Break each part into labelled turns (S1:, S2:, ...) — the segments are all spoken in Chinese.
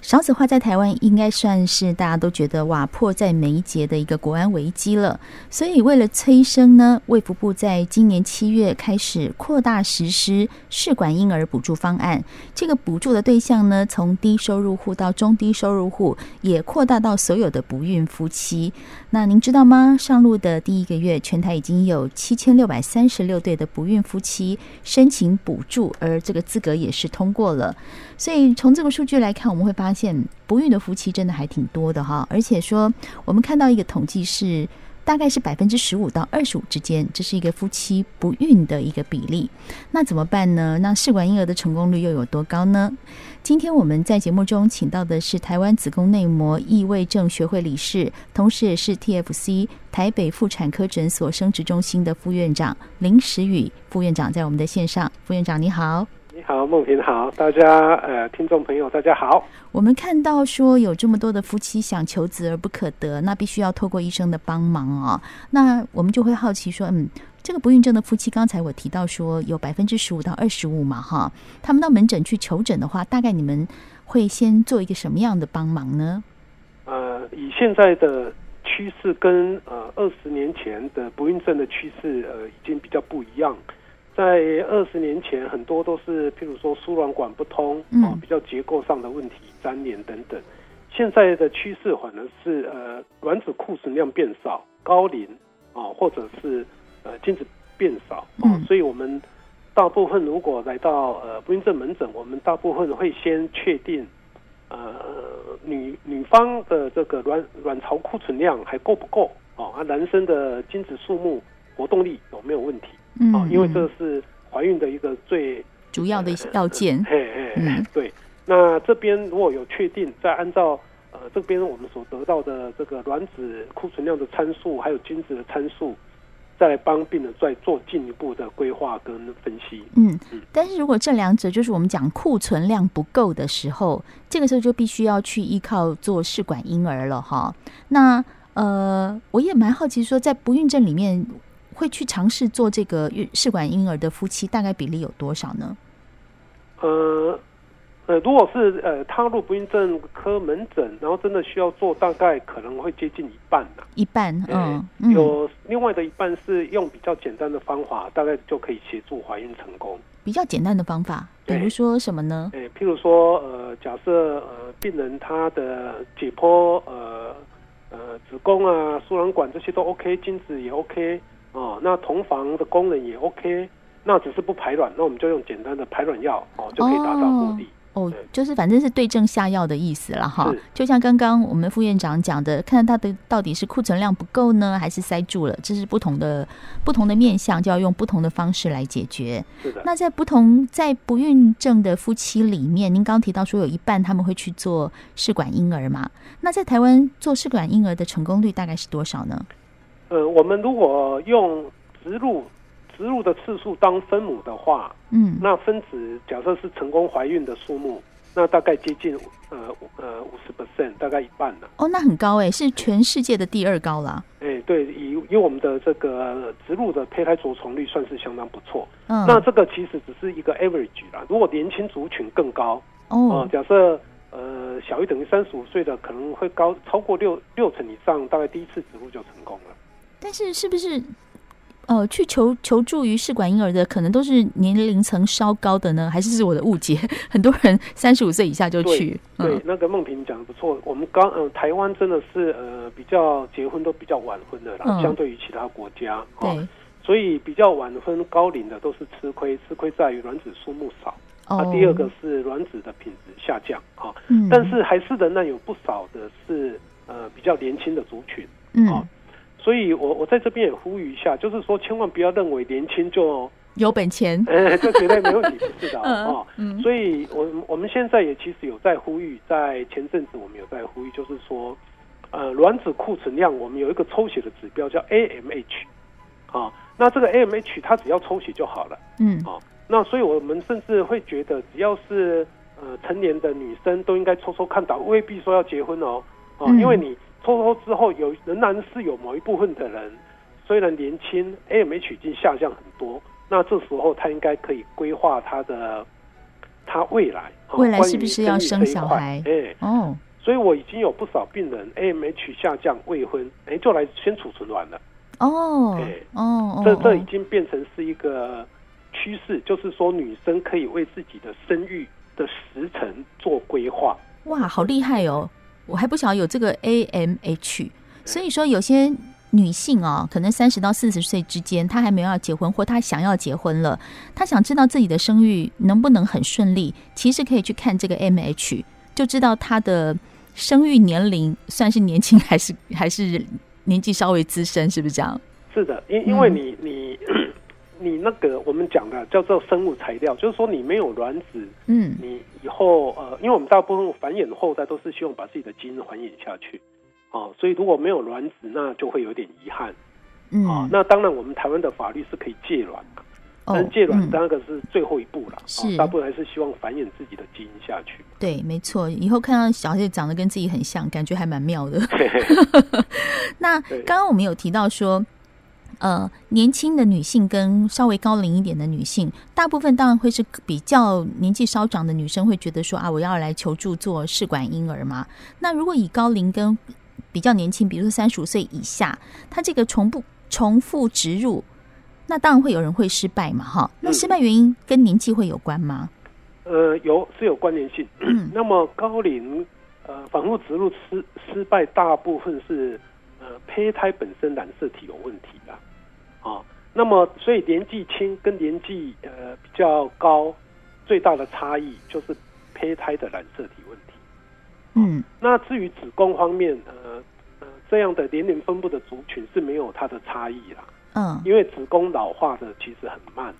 S1: 少子化在台湾应该算是大家都觉得哇迫在眉睫的一个国安危机了，所以为了催生呢，卫福部在今年七月开始扩大实施试管婴儿补助方案。这个补助的对象呢，从低收入户到中低收入户，也扩大到所有的不孕夫妻。那您知道吗？上路的第一个月，全台已经有七千六百三十六对的不孕夫妻申请补助，而这个资格也是通过了。所以从这个数据来看，我们会发现不孕的夫妻真的还挺多的哈，而且说我们看到一个统计是。大概是百分之十五到二十五之间，这是一个夫妻不孕的一个比例。那怎么办呢？那试管婴儿的成功率又有多高呢？今天我们在节目中请到的是台湾子宫内膜异位症学会理事，同时也是 TFC 台北妇产科诊所生殖中心的副院长林时宇副院长，在我们的线上。副院长你好。
S2: 你好，梦萍好，大家呃，听众朋友大家好。
S1: 我们看到说有这么多的夫妻想求子而不可得，那必须要透过医生的帮忙哦。那我们就会好奇说，嗯，这个不孕症的夫妻，刚才我提到说有百分之十五到二十五嘛，哈，他们到门诊去求诊的话，大概你们会先做一个什么样的帮忙呢？
S2: 呃，以现在的趋势跟呃二十年前的不孕症的趋势呃已经比较不一样。在二十年前，很多都是譬如说输卵管不通
S1: 嗯
S2: 啊、比较结构上的问题、粘连等等。现在的趋势反而是呃卵子库存量变少、高龄啊、或者是呃精子变少啊、
S1: 嗯
S2: 所以我们大部分如果来到呃不孕症门诊，我们大部分会先确定呃女女方的这个卵卵巢库存量还够不够哦，啊男生的精子数目活动力有没有问题？
S1: 嗯，
S2: 哦，因为这
S1: 嗯
S2: 是怀孕的一个最
S1: 主要的要件，
S2: 嘿嘿，
S1: 嗯
S2: 对。那这边如果有确定，再按照呃这边我们所得到的这个卵子库存量的参数，还有精子的参数，再来帮病人再做进一步的规划跟分析。
S1: 嗯
S2: 嗯，
S1: 但是如果这两者就是我们讲库存量不够的时候，这个时候就必须要去依靠做试管婴儿了哈。那呃，我也蛮好奇说，在不孕症里面会去尝试做这个孕试管婴儿的夫妻，大概比例有多少呢？
S2: 呃呃，如果是呃踏入不孕症科门诊，然后真的需要做，大概可能会接近一半啦。
S1: 一半，
S2: 哎
S1: 嗯嗯，
S2: 有另外的一半是用比较简单的方法，大概就可以协助怀孕成功。
S1: 比较简单的方法，比如
S2: 对
S1: 说什么呢？
S2: 诶，哎譬如说，呃，假设呃病人他的解剖，呃呃子宫啊、输卵管这些都 OK，精子也 OK 哦，那同房的功能也 OK，那只是不排卵，那我们就用简单的排卵药哦，就可以达到目的。
S1: 哦
S2: 对，
S1: 就是反正是对症下药的意思了哈
S2: 是。
S1: 就像刚刚我们副院长讲的，看他的到底是库存量不够呢，还是塞住了，这是不同的不同的面向，就要用不同的方式来解决。
S2: 是的，
S1: 那在不同在不孕症的夫妻里面，您刚刚提到说有一半他们会去做试管婴儿嘛？那在台湾做试管婴儿的成功率大概是多少呢？
S2: 呃，我们如果用植入植入的次数当分母的话，
S1: 嗯，
S2: 那分子假设是成功怀孕的数目，那大概接近呃五呃五十 percent，大概一半了。
S1: 哦，那很高诶，是全世界的第二高啦。
S2: 哎，对，以以我们的这个植入的胚胎着床率算是相当不错。
S1: 嗯，
S2: 那这个其实只是一个 average 啦，如果年轻族群更高啊、
S1: 哦，
S2: 假设呃小于等于三十五岁的，可能会高超过六六成以上，大概第一次植入就成功了。
S1: 但是是不是呃去求求助于试管婴儿的，可能都是年龄层稍高的呢？还是是我的误解？ 很多人三十五岁以下就去，
S2: 对
S1: 嗯，
S2: 那个梦萍讲的不错，我们刚呃台湾真的是呃比较结婚都比较晚婚的啦，
S1: 嗯
S2: 相对于其他国家哦，
S1: 对，
S2: 所以比较晚婚高龄的都是吃亏，吃亏在于卵子数目少，
S1: 哦
S2: 啊，第二个，是卵子的品质下降啊。
S1: 嗯
S2: 但是还是仍然有不少的是呃比较年轻的族群，
S1: 嗯
S2: 哦，所以我我在这边也呼吁一下，就是说千万不要认为年轻就
S1: 有本钱，
S2: 呃就绝对没问题，不是的啊、哦。
S1: 嗯，
S2: 所以我我们现在也其实有在呼吁，在前阵子我们有在呼吁，就是说呃卵子库存量，我们有一个抽血的指标叫 AMH，啊，那这个 AMH 它只要抽血就好了。
S1: 嗯
S2: 哦那所以我们甚至会觉得，只要是呃成年的女生都应该抽抽看到，未必说要结婚哦，哦，
S1: 嗯
S2: 因为你抽抽之后有仍然是有某一部分的人，虽然年轻 AMH 已经下降很多，那这时候他应该可以规划他的他未来，哦
S1: 未来
S2: 关于
S1: 是不是要
S2: 生育这一
S1: 生小
S2: 块
S1: 孩
S2: 哎，
S1: 哦，
S2: 所以我已经有不少病人 AMH 下降未婚，哎，就来先储存卵了。
S1: 哦
S2: 哎，
S1: 哦，哦
S2: 这这已
S1: 哦
S2: 经变成是一个趋势，就是说女生可以为自己的生育的时辰做规划。
S1: 哇，好厉害哦！我还不晓得有这个 AMH，所以说有些女性啊、可能三十到四十岁之间，她还没有要结婚，或她想要结婚了，她想知道自己的生育能不能很顺利，其实可以去看这个 MH，就知道她的生育年龄算是年轻还是还是年纪稍微资深，是不是这样？
S2: 是的，因因
S1: 嗯
S2: 为你你 你那个我们讲的叫做生物材料，就是说你没有卵子，
S1: 嗯
S2: 你以后呃，因为我们大部分繁衍后代都是希望把自己的基因繁衍下去。哦，所以如果没有卵子，那就会有点遗憾。
S1: 嗯，
S2: 哦，那当然，我们台湾的法律是可以借卵的，但是借卵
S1: 嗯
S2: 那个是最后一步了。
S1: 是
S2: 哦，大部分还是希望繁衍自己的基因 下去。
S1: 对，没错。以后看到小孩子长得跟自己很像，感觉还蛮妙的。
S2: 嘿嘿
S1: 那
S2: 对
S1: 刚刚我们有提到说，呃，年轻的女性跟稍微高龄一点的女性，大部分当然会是比较年纪稍长的女生会觉得说啊，我要来求助做试管婴儿嘛。那如果以高龄跟比较年轻，比如说三十五岁以下，她这个重复重复植入，那当然会有人会失败嘛，哈。那
S2: 嗯
S1: 失败原因跟年纪会有关吗？
S2: 呃，有是有关联性。
S1: 嗯
S2: 那么高龄呃反复植入失失败，大部分是呃胚胎本身染色体有问题啦。啊、那么所以年纪轻跟年纪呃比较高最大的差异就是胚胎的染色体问题。哦
S1: 嗯
S2: 那至于子宫方面，呃呃这样的年龄分布的族群是没有它的差异啦，
S1: 嗯。
S2: 因为子宫老化的其实很慢。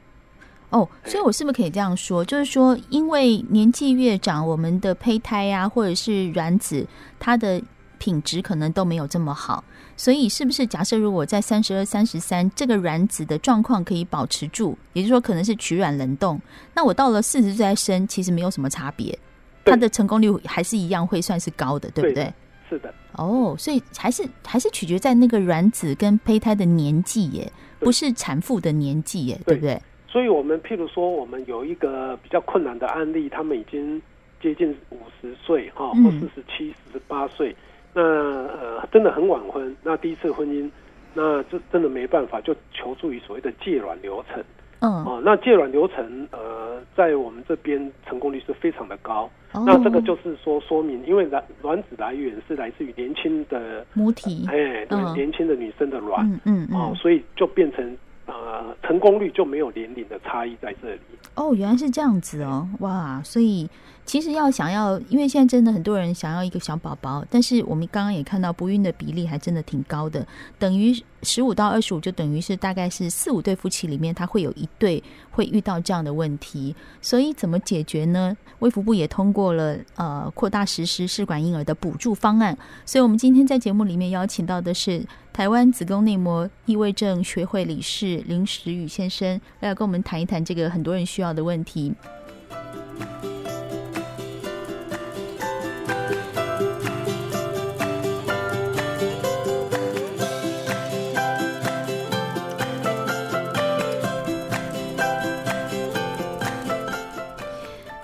S1: 哦，所以我是不是可以这样说？就是说，因为年纪越长，我们的胚胎啊，或者是卵子，它的品质可能都没有这么好。所以，是不是假设如果在三十二、三十三，这个卵子的状况可以保持住，也就是说，可能是取卵冷冻，那我到了四十岁再生，其实没有什么差别，
S2: 对
S1: 它的成功率还是一样会算是高的，对不
S2: 对
S1: 对？
S2: 是的，
S1: 哦，所以还是还是取决在那个卵子跟胚胎的年纪耶，
S2: 对
S1: 不是产妇的年纪耶，对
S2: 对
S1: 不对？
S2: 所以我们譬如说，我们有一个比较困难的案例，他们已经接近五十岁哈，
S1: 嗯
S2: 或四十七、四十八岁，那呃真的很晚婚，那第一次婚姻，那这真的没办法，就求助于所谓的借卵流程
S1: 嗯，
S2: 哦。那借卵流程呃，在我们这边成功率是非常的高。
S1: 哦
S2: 那这个就是说说明，因为卵卵子来源是来自于年轻的
S1: 母体，
S2: 哎，
S1: 嗯
S2: 对，年轻的女生的卵
S1: 嗯嗯
S2: 哦
S1: 嗯，，
S2: 所以就变成呃成功率就没有年龄的差异在这里。
S1: 哦，原来是这样子哦，哇！所以其实要想要，因为现在真的很多人想要一个小宝宝，但是我们刚刚也看到不孕的比例还真的挺高的，等于十五到二十五就等于是大概是四五对夫妻里面，他会有一对会遇到这样的问题，所以怎么解决呢？卫福部也通过了呃扩大实施试管婴儿的补助方案，所以我们今天在节目里面邀请到的是台湾子宫内膜异位症学会理事林时宇先生，来跟我们谈一谈这个很多人需要的问题。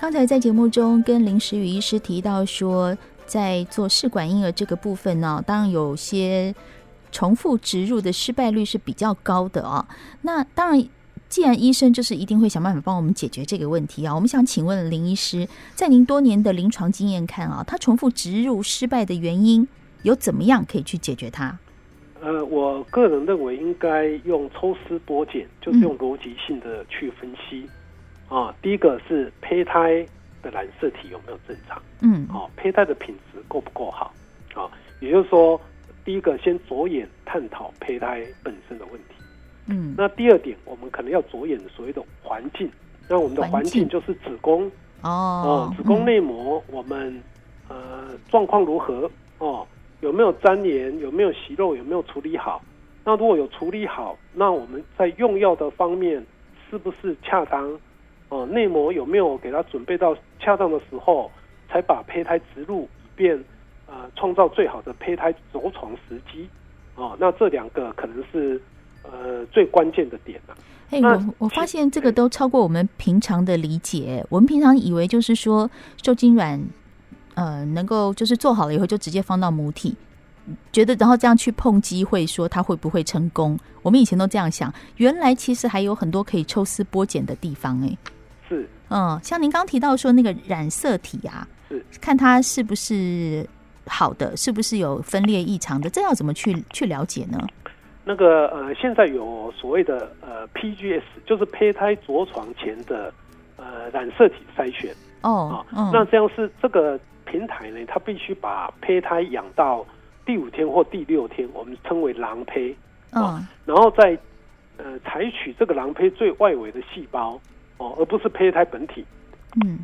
S1: 刚才在节目中跟林时宇医师提到说，在做试管婴儿这个部分呢、当然有些重复植入的失败率是比较高的啊、那当然，既然医生就是一定会想办法帮我们解决这个问题啊。我们想请问林医师，在您多年的临床经验看啊，他重复植入失败的原因有怎么样可以去解决它？
S2: 呃，我个人认为应该用抽丝剥茧，就是用逻辑性的去分析。啊，第一个是胚胎的染色体有没有正常？
S1: 嗯
S2: 啊，胚胎的品质够不够好？啊，也就是说，第一个先着眼探讨胚胎本身的问题。
S1: 嗯
S2: 那第二点，我们可能要着眼所谓的环境。那我们的
S1: 环
S2: 环境
S1: 境
S2: 就是子宫
S1: 哦
S2: 哦，子宫内膜我们呃状况如何哦？有没有粘连，有没有息肉，有没有处理好。那如果有处理好，那我们在用药的方面是不是恰当？哦，内膜有没有给它准备到恰当的时候，才把胚胎植入，以便呃创造最好的胚胎着床时机。哦，那这两个可能是呃最关键的点啊。
S1: 哎、
S2: 那
S1: 我我发现这个都超过我们平常的理解。我们平常以为就是说受精卵，呃，能够就是做好了以后就直接放到母体，觉得然后这样去碰机会，说它会不会成功？我们以前都这样想，原来其实还有很多可以抽丝剥茧的地方、哎，
S2: 是
S1: 嗯，像您刚提到说那个染色体啊，
S2: 是
S1: 看它是不是好的，是不是有分裂异常的，这要怎么去去了解呢？
S2: 那个呃，现在有所谓的呃 PGS，就是胚胎着床前的呃染色体筛选
S1: 哦
S2: 啊，。
S1: 嗯，
S2: 那这样是这个平台呢，它必须把胚胎养到第五天或第六天，我们称为囊胚，
S1: 嗯
S2: 然后再呃采取这个囊胚最外围的细胞哦，而不是胚胎本体。
S1: 嗯，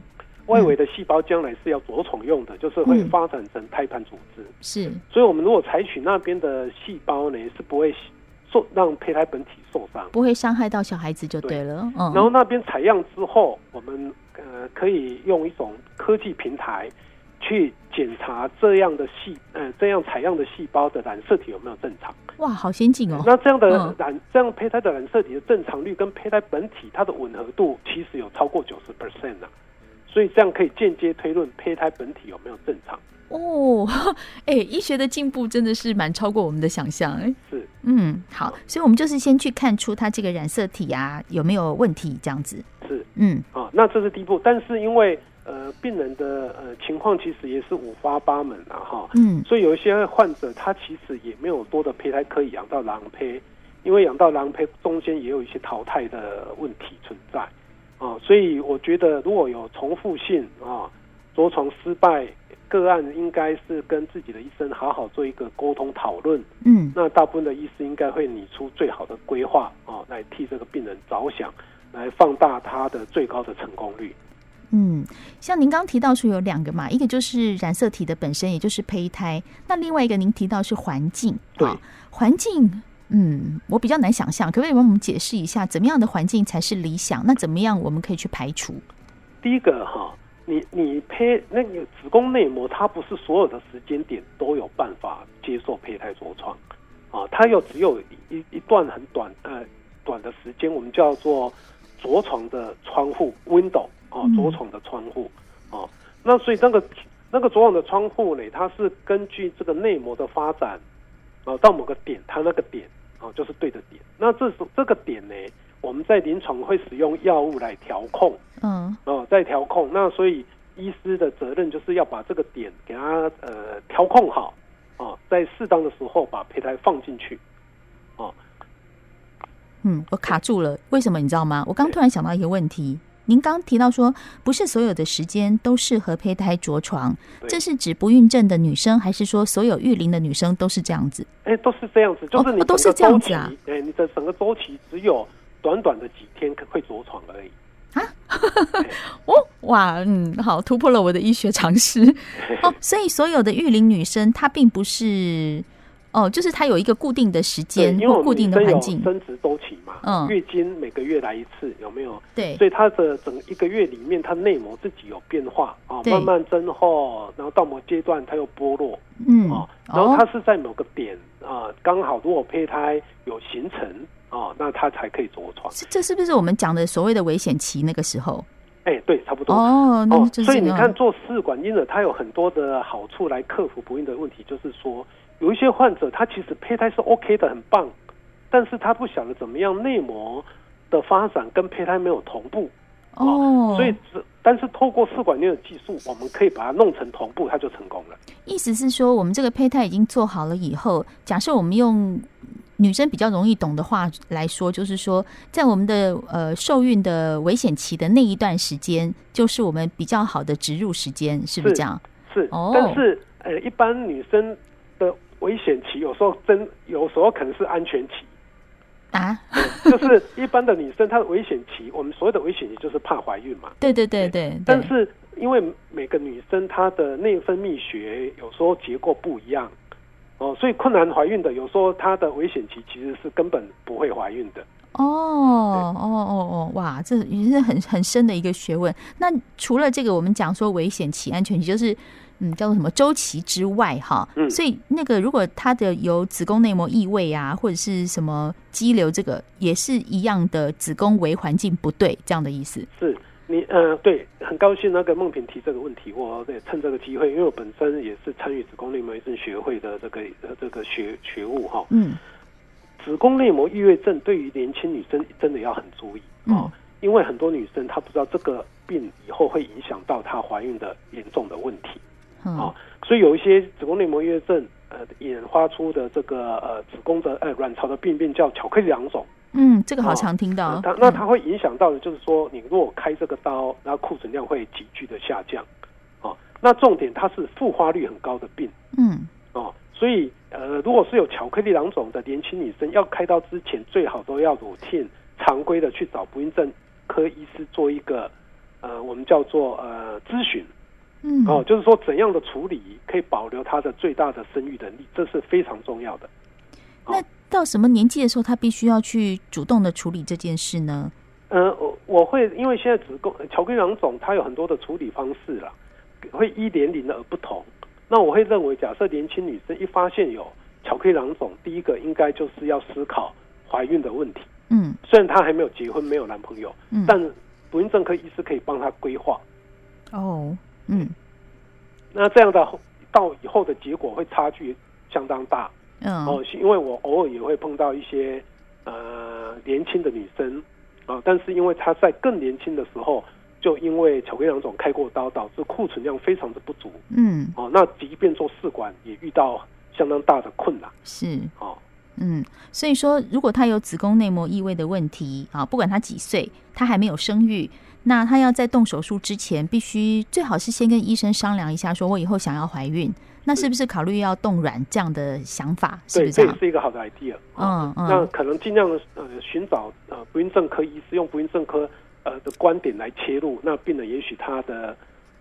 S2: 外围的细胞将来是要着床用的，就是会
S1: 嗯
S2: 发展成胎盘组织。
S1: 是
S2: 所以我们如果采取那边的细胞呢，是不会受让胚胎本体受伤。
S1: 不会伤害到小孩子就对了。嗯，
S2: 然后那边采样之后，我们呃可以用一种科技平台去检查这样的细呃这样采样的细胞的染色体有没有正常。
S1: 哇，好先进哦。
S2: 那这样的
S1: 嗯
S2: 染、这样胚胎的染色体的正常率跟胚胎本体它的吻合度其实有超过九十 percent 啊，所以这样可以间接推论胚胎本体有没有正常。
S1: 哦， 哎、医学的进步真的是蛮超过我们的想象哎、
S2: 是
S1: 嗯，好，所以我们就是先去看出它这个染色体啊有没有问题，这样子。
S2: 是
S1: 嗯，
S2: 啊，那这是第一步，但是因为呃病人的呃情况其实也是五花八门啊哈，
S1: 嗯，
S2: 所以有一些患者他其实也没有多的胚胎可以养到狼胚，因为养到狼胚中间也有一些淘汰的问题存在啊，所以我觉得如果有重复性啊着床失败个案，应该是跟自己的医生好好做一个沟通讨论。
S1: 嗯，
S2: 那大部分的医师应该会拟出最好的规划啊，来替这个病人着想，来放大他的最高的成功率。
S1: 嗯，像您刚提到说有两个嘛，一个就是染色体的本身，也就是胚胎，那另外一个您提到是环境，
S2: 对
S1: 啊环境。嗯，我比较难想象，可不可以帮我们解释一下，怎么样的环境才是理想？那怎么样我们可以去排除？
S2: 第一个哈、你你胚那个子宫内膜，它不是所有的时间点都有办法接受胚胎着床啊，它又只有一一一段很短呃短的时间，我们叫做着床的窗户 window 啊
S1: 嗯，
S2: 着床的窗户啊，那所以那个那个着床的窗户呢，它是根据这个内膜的发展啊，到某个点，它那个点啊就是对的点，那这时候这个点呢，我们在临床会使用药物来调控。
S1: 嗯
S2: 哦，在调控。那所以医师的责任就是要把这个点给它呃调控好，哦，在适当的时候把胚胎放进去。
S1: 嗯，我卡住了，为什么你知道吗？我刚突然想到一个问题，您刚提到说，不是所有的时间都适合胚胎着床，
S2: 对
S1: 这是指不孕症的女生，还是说所有育龄的女生都是这样子？
S2: 哎，都是这样子，就是你
S1: 哦都是
S2: 整个
S1: 这样
S2: 周
S1: 子
S2: 期，
S1: 啊
S2: 哎、你的整个周期只有短短的几天可会着床而已。
S1: 哦，哇，嗯，好，突破了我的医学常识 哦。所以所有的育龄女生，她并不是哦，就是她有一个固定的时
S2: 对，
S1: 间
S2: 因为
S1: 或
S2: 我
S1: 固
S2: 们
S1: 定
S2: 女
S1: 的
S2: 生
S1: 环
S2: 有
S1: 境，
S2: 生殖周期嘛，
S1: 嗯
S2: 月经每个月来一次，有没有？
S1: 对
S2: 所以它的整一个月里面，它内膜自己有变化啊、
S1: 对
S2: 慢慢增厚，然后到某阶段它又剥落，
S1: 嗯，
S2: 哦，然后它是在某个点啊，刚好如果胚胎有形成啊，那它才可以着床。
S1: 是这是不是我们讲的所谓的危险期那个时候？
S2: 哎，对，差不多。
S1: 哦，那就是
S2: 所以你
S1: 那
S2: 看做试管婴儿，它有很多的好处来克服不孕的问题，就是说有一些患者他其实胚胎是 OK 的，很棒，但是他不晓得怎么样内膜的发展跟胚胎没有同步，
S1: 哦，
S2: 所以只但是透过试管婴儿技术，我们可以把它弄成同步，它就成功了。
S1: 意思是说，我们这个胚胎已经做好了以后，假设我们用女生比较容易懂的话来说，就是说，在我们的呃受孕的危险期的那一段时间，就是我们比较好的植入时间，是不是
S2: 是
S1: 这样？
S2: 是，
S1: 哦
S2: 但是呃，一般女生的危险期有时候真，有时候可能是安全 期，
S1: 啊，
S2: 就是一般的女生她的危险期，我们所谓的危险期就是怕怀孕嘛。
S1: 对对对对
S2: 但
S1: 对，
S2: 是因为每个女生她的内分泌学有时候结构不一样，哦，所以困难怀孕的，有时候它的危险期其实是根本不会怀孕的。
S1: 哦哦哦哦，哇，这也是很很深的一个学问。那除了这个，我们讲说危险期、安全期，就是嗯，叫做什么周期之外，哈，
S2: 嗯
S1: 所以那个如果它的有子宫内膜异位啊，或者是什么肌瘤，这个也是一样的，子宫围环境不对这样的意思。
S2: 是你呃，对，很高兴那个孟平提这个问题，我也趁这个机会，因为我本身也是参与子宫内膜异位症学会的这个呃这个学学务哈、
S1: 嗯
S2: 子宫内膜异位症对于年轻女生真的要很注意
S1: 嗯
S2: 哦，因为很多女生她不知道这个病以后会影响到她怀孕的严重的问题。
S1: 嗯
S2: 哦，所以有一些子宫内膜异位症呃演化出的这个呃子宫的呃卵巢的病变叫巧克力囊肿，
S1: 嗯，这个好
S2: 哦
S1: 常听到
S2: 呃。它那
S1: 嗯
S2: 它会影响到的就是说，你如果开这个刀，那库存量会急剧的下降，哦，那重点它是复发率很高的病
S1: 嗯
S2: 哦，所以呃如果是有巧克力囊肿的年轻女生，要开刀之前最好都要 routine 常规的去找不孕症科医师做一个呃我们叫做呃咨询。
S1: 嗯
S2: 哦，就是说怎样的处理可以保留她的最大的生育能力，这是非常重要的。哦
S1: 那到什么年纪的时候，他必须要去主动的处理这件事呢？
S2: 呃，我我会因为现在子宫巧克力囊肿它有很多的处理方式啦，会一年龄的而不同。那我会认为，假设年轻女生一发现有巧克力囊肿，第一个应该就是要思考怀孕的问题。
S1: 嗯
S2: 虽然她还没有结婚，没有男朋友，
S1: 嗯，
S2: 但不孕症科医师可以帮她规划。
S1: 哦，嗯
S2: 那这样的后到以后的结果会差距相当大。
S1: 嗯
S2: 哦，是因为我偶尔也会碰到一些呃年轻的女生啊、但是因为她在更年轻的时候，就因为巧克力囊肿开过刀，导致库存量非常的不足
S1: 嗯
S2: 哦，那即便做试管也遇到相当大的困难
S1: 是
S2: 哦。
S1: 嗯，所以说如果他有子宫内膜异位的问题啊，不管他几岁，他还没有生育，那他要在动手术之前，必须最好是先跟医生商量一下，说我以后想要怀孕，那是不是考虑要冻卵这样的想法？是不
S2: 对，
S1: 是这
S2: 这也
S1: 样？
S2: 是一个好的 idea 哦。
S1: 嗯
S2: 那
S1: 嗯
S2: 可能尽量呃寻找呃不孕症科医师，用不孕症科呃的观点来切入，那病人也许他的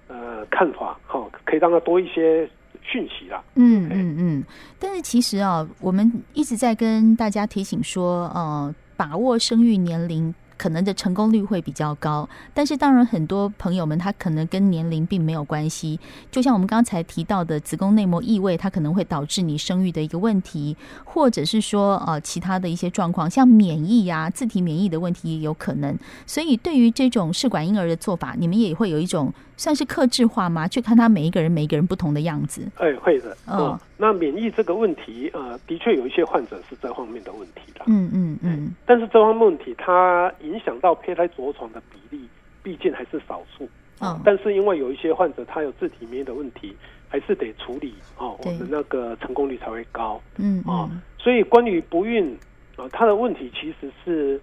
S2: 呃看法哈、哦，可以让他多一些讯息啦。
S1: 嗯嗯嗯。但是其实啊，我们一直在跟大家提醒说，呃，把握生育年龄。可能的成功率会比较高，但是当然，很多朋友们他可能跟年龄并没有关系。就像我们刚才提到的，子宫内膜异位，它可能会导致你生育的一个问题，或者是说呃其他的一些状况，像免疫呀、自体免疫的问题也有可能。所以对于这种试管婴儿的做法，你们也会有一种算是克制化吗？去看他每一个人每一个人不同的样子。
S2: 哎，会的。
S1: 嗯
S2: 哦，那免疫这个问题，呃，的确有一些患者是这方面的问题啦。
S1: 嗯嗯嗯
S2: 但是这方面问题，它影响到胚胎着床的比例，毕竟还是少数。啊
S1: 嗯
S2: 但是因为有一些患者他有自体免疫的问题，还是得处理哦，我
S1: 对
S2: 们那个成功率才会高。
S1: 嗯
S2: 哦
S1: 嗯，
S2: 所以关于不孕啊，它的问题其实是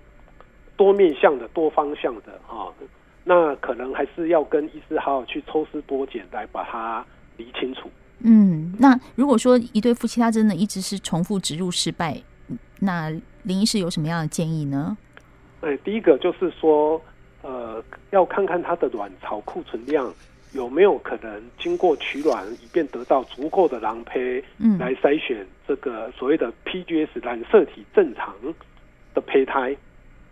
S2: 多面向的、多方向的啊。那可能还是要跟医师好好去抽丝剥茧来把它理清楚。
S1: 嗯。那如果说一对夫妻他真的一直是重复植入失败，那林医师有什么样的建议呢？
S2: 哎，第一个就是说，呃，要看看它的卵巢库存量有没有可能经过取卵，以便得到足够的囊胚
S1: 嗯
S2: 来筛选这个所谓的 PGS 染色体正常的胚胎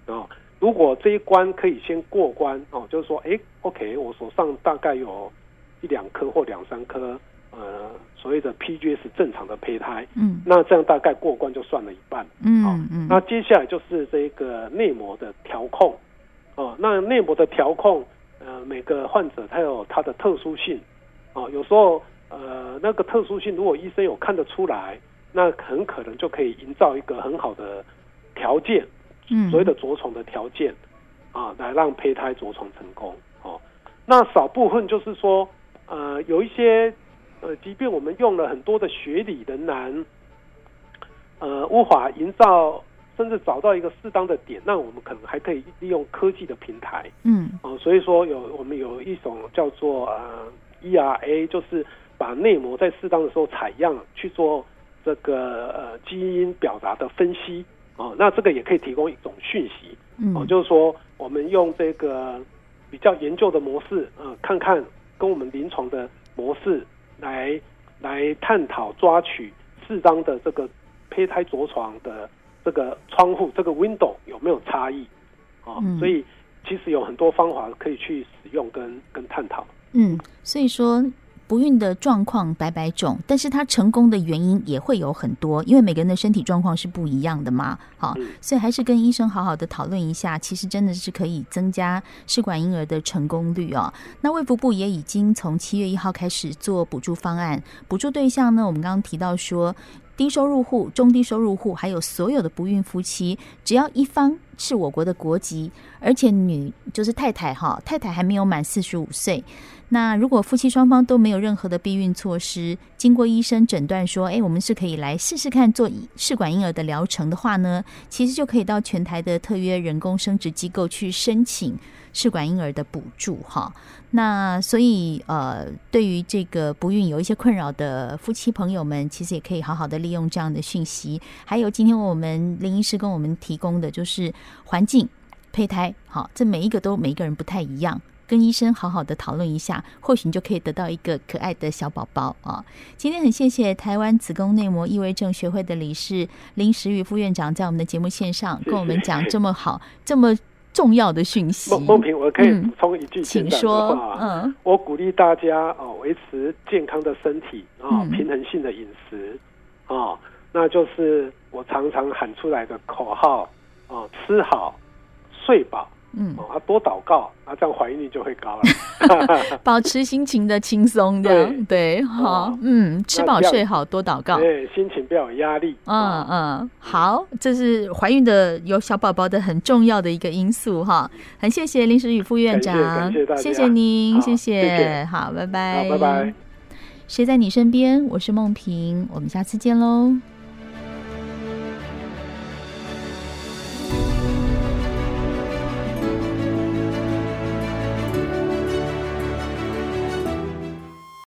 S2: 哦。如果这一关可以先过关哦，就是说，哎，OK，我手上大概有一两颗或两三颗呃所谓的 PGS 正常的胚胎，
S1: 嗯
S2: 那这样大概过关就算了一半。
S1: 嗯嗯
S2: 哦那接下来就是这个内膜的调控哦。那内膜的调控，呃，每个患者他有他的特殊性哦。有时候呃，那个特殊性如果医生有看得出来，那很可能就可以营造一个很好的条件，
S1: 嗯
S2: 所谓的着床的条件啊，来让胚胎着床成功哦。那少部分就是说，呃，有一些呃，即便我们用了很多的学理，仍然呃无法营造，甚至找到一个适当的点，那我们可能还可以利用科技的平台
S1: 嗯
S2: 哦、所以说有我们有一种叫做呃 ERA，就是把内膜在适当的时候采样去做这个呃基因表达的分析哦，那这个也可以提供一种讯息。
S1: 嗯
S2: 哦，就是说我们用这个比较研究的模式，呃，看看跟我们临床的模式来来探讨抓取适当的这个胚胎着床的这个窗户这个 window 有没有差异啊、
S1: 嗯
S2: 所以其实有很多方法可以去使用跟跟探讨。
S1: 嗯，所以说不孕的状况百百种，但是它成功的原因也会有很多，因为每个人的身体状况是不一样的嘛。好
S2: 嗯，
S1: 所以还是跟医生好好的讨论一下，其实真的是可以增加试管婴儿的成功率哦。那卫福部也已经从七月一号开始做补助方案，补助对象呢，我们刚刚提到说。低收入户、中低收入户，还有所有的不孕夫妻，只要一方是我国的国籍，而且女就是太太哈，太太还没有满四十五岁，那如果夫妻双方都没有任何的避孕措施，经过医生诊断说，哎，我们是可以来试试看做试管婴儿的疗程的话呢，其实就可以到全台的特约人工生殖机构去申请试管婴儿的补助哈。那所以呃，对于这个不孕有一些困扰的夫妻朋友们，其实也可以好好的利用这样的讯息。还有今天我们林医师跟我们提供的就是环境、胚胎，好，这每一个都每一个人不太一样。跟医生好好的讨论一下，或许你就可以得到一个可爱的小宝宝啊！今天很谢谢台湾子宫内膜异位症学会的理事林时宇副院长在我们的节目线上
S2: 谢
S1: 跟我们讲这么好、这么重要的讯息。
S2: 孟孟平，我可以
S1: 嗯
S2: 补充一句简
S1: 请
S2: 短的
S1: 说
S2: 话啊，，
S1: 嗯
S2: 我鼓励大家哦，维持健康的身体啊、
S1: 嗯
S2: 平衡性的饮食啊、那就是我常常喊出来的口号啊、吃好、睡饱
S1: 嗯，
S2: 哦，啊，多祷告啊，这样怀孕率就会 高了。
S1: 保持心情的轻松，这样对，好
S2: 哦，
S1: 嗯，吃
S2: 那
S1: 饱
S2: 这样
S1: 睡好，多祷告。
S2: 对，哎心情不要有压力。
S1: 嗯
S2: 啊，
S1: 嗯，好，这是怀孕的有小宝宝的很重要的一个因素哈。很谢谢林时宇副院长
S2: 感谢感谢大，家
S1: 谢您，
S2: 好
S1: 谢
S2: 谢谢
S1: 好，拜
S2: 好
S1: 拜，
S2: 拜拜。。
S1: 谁在你身边？我是梦萍，我们下次见喽。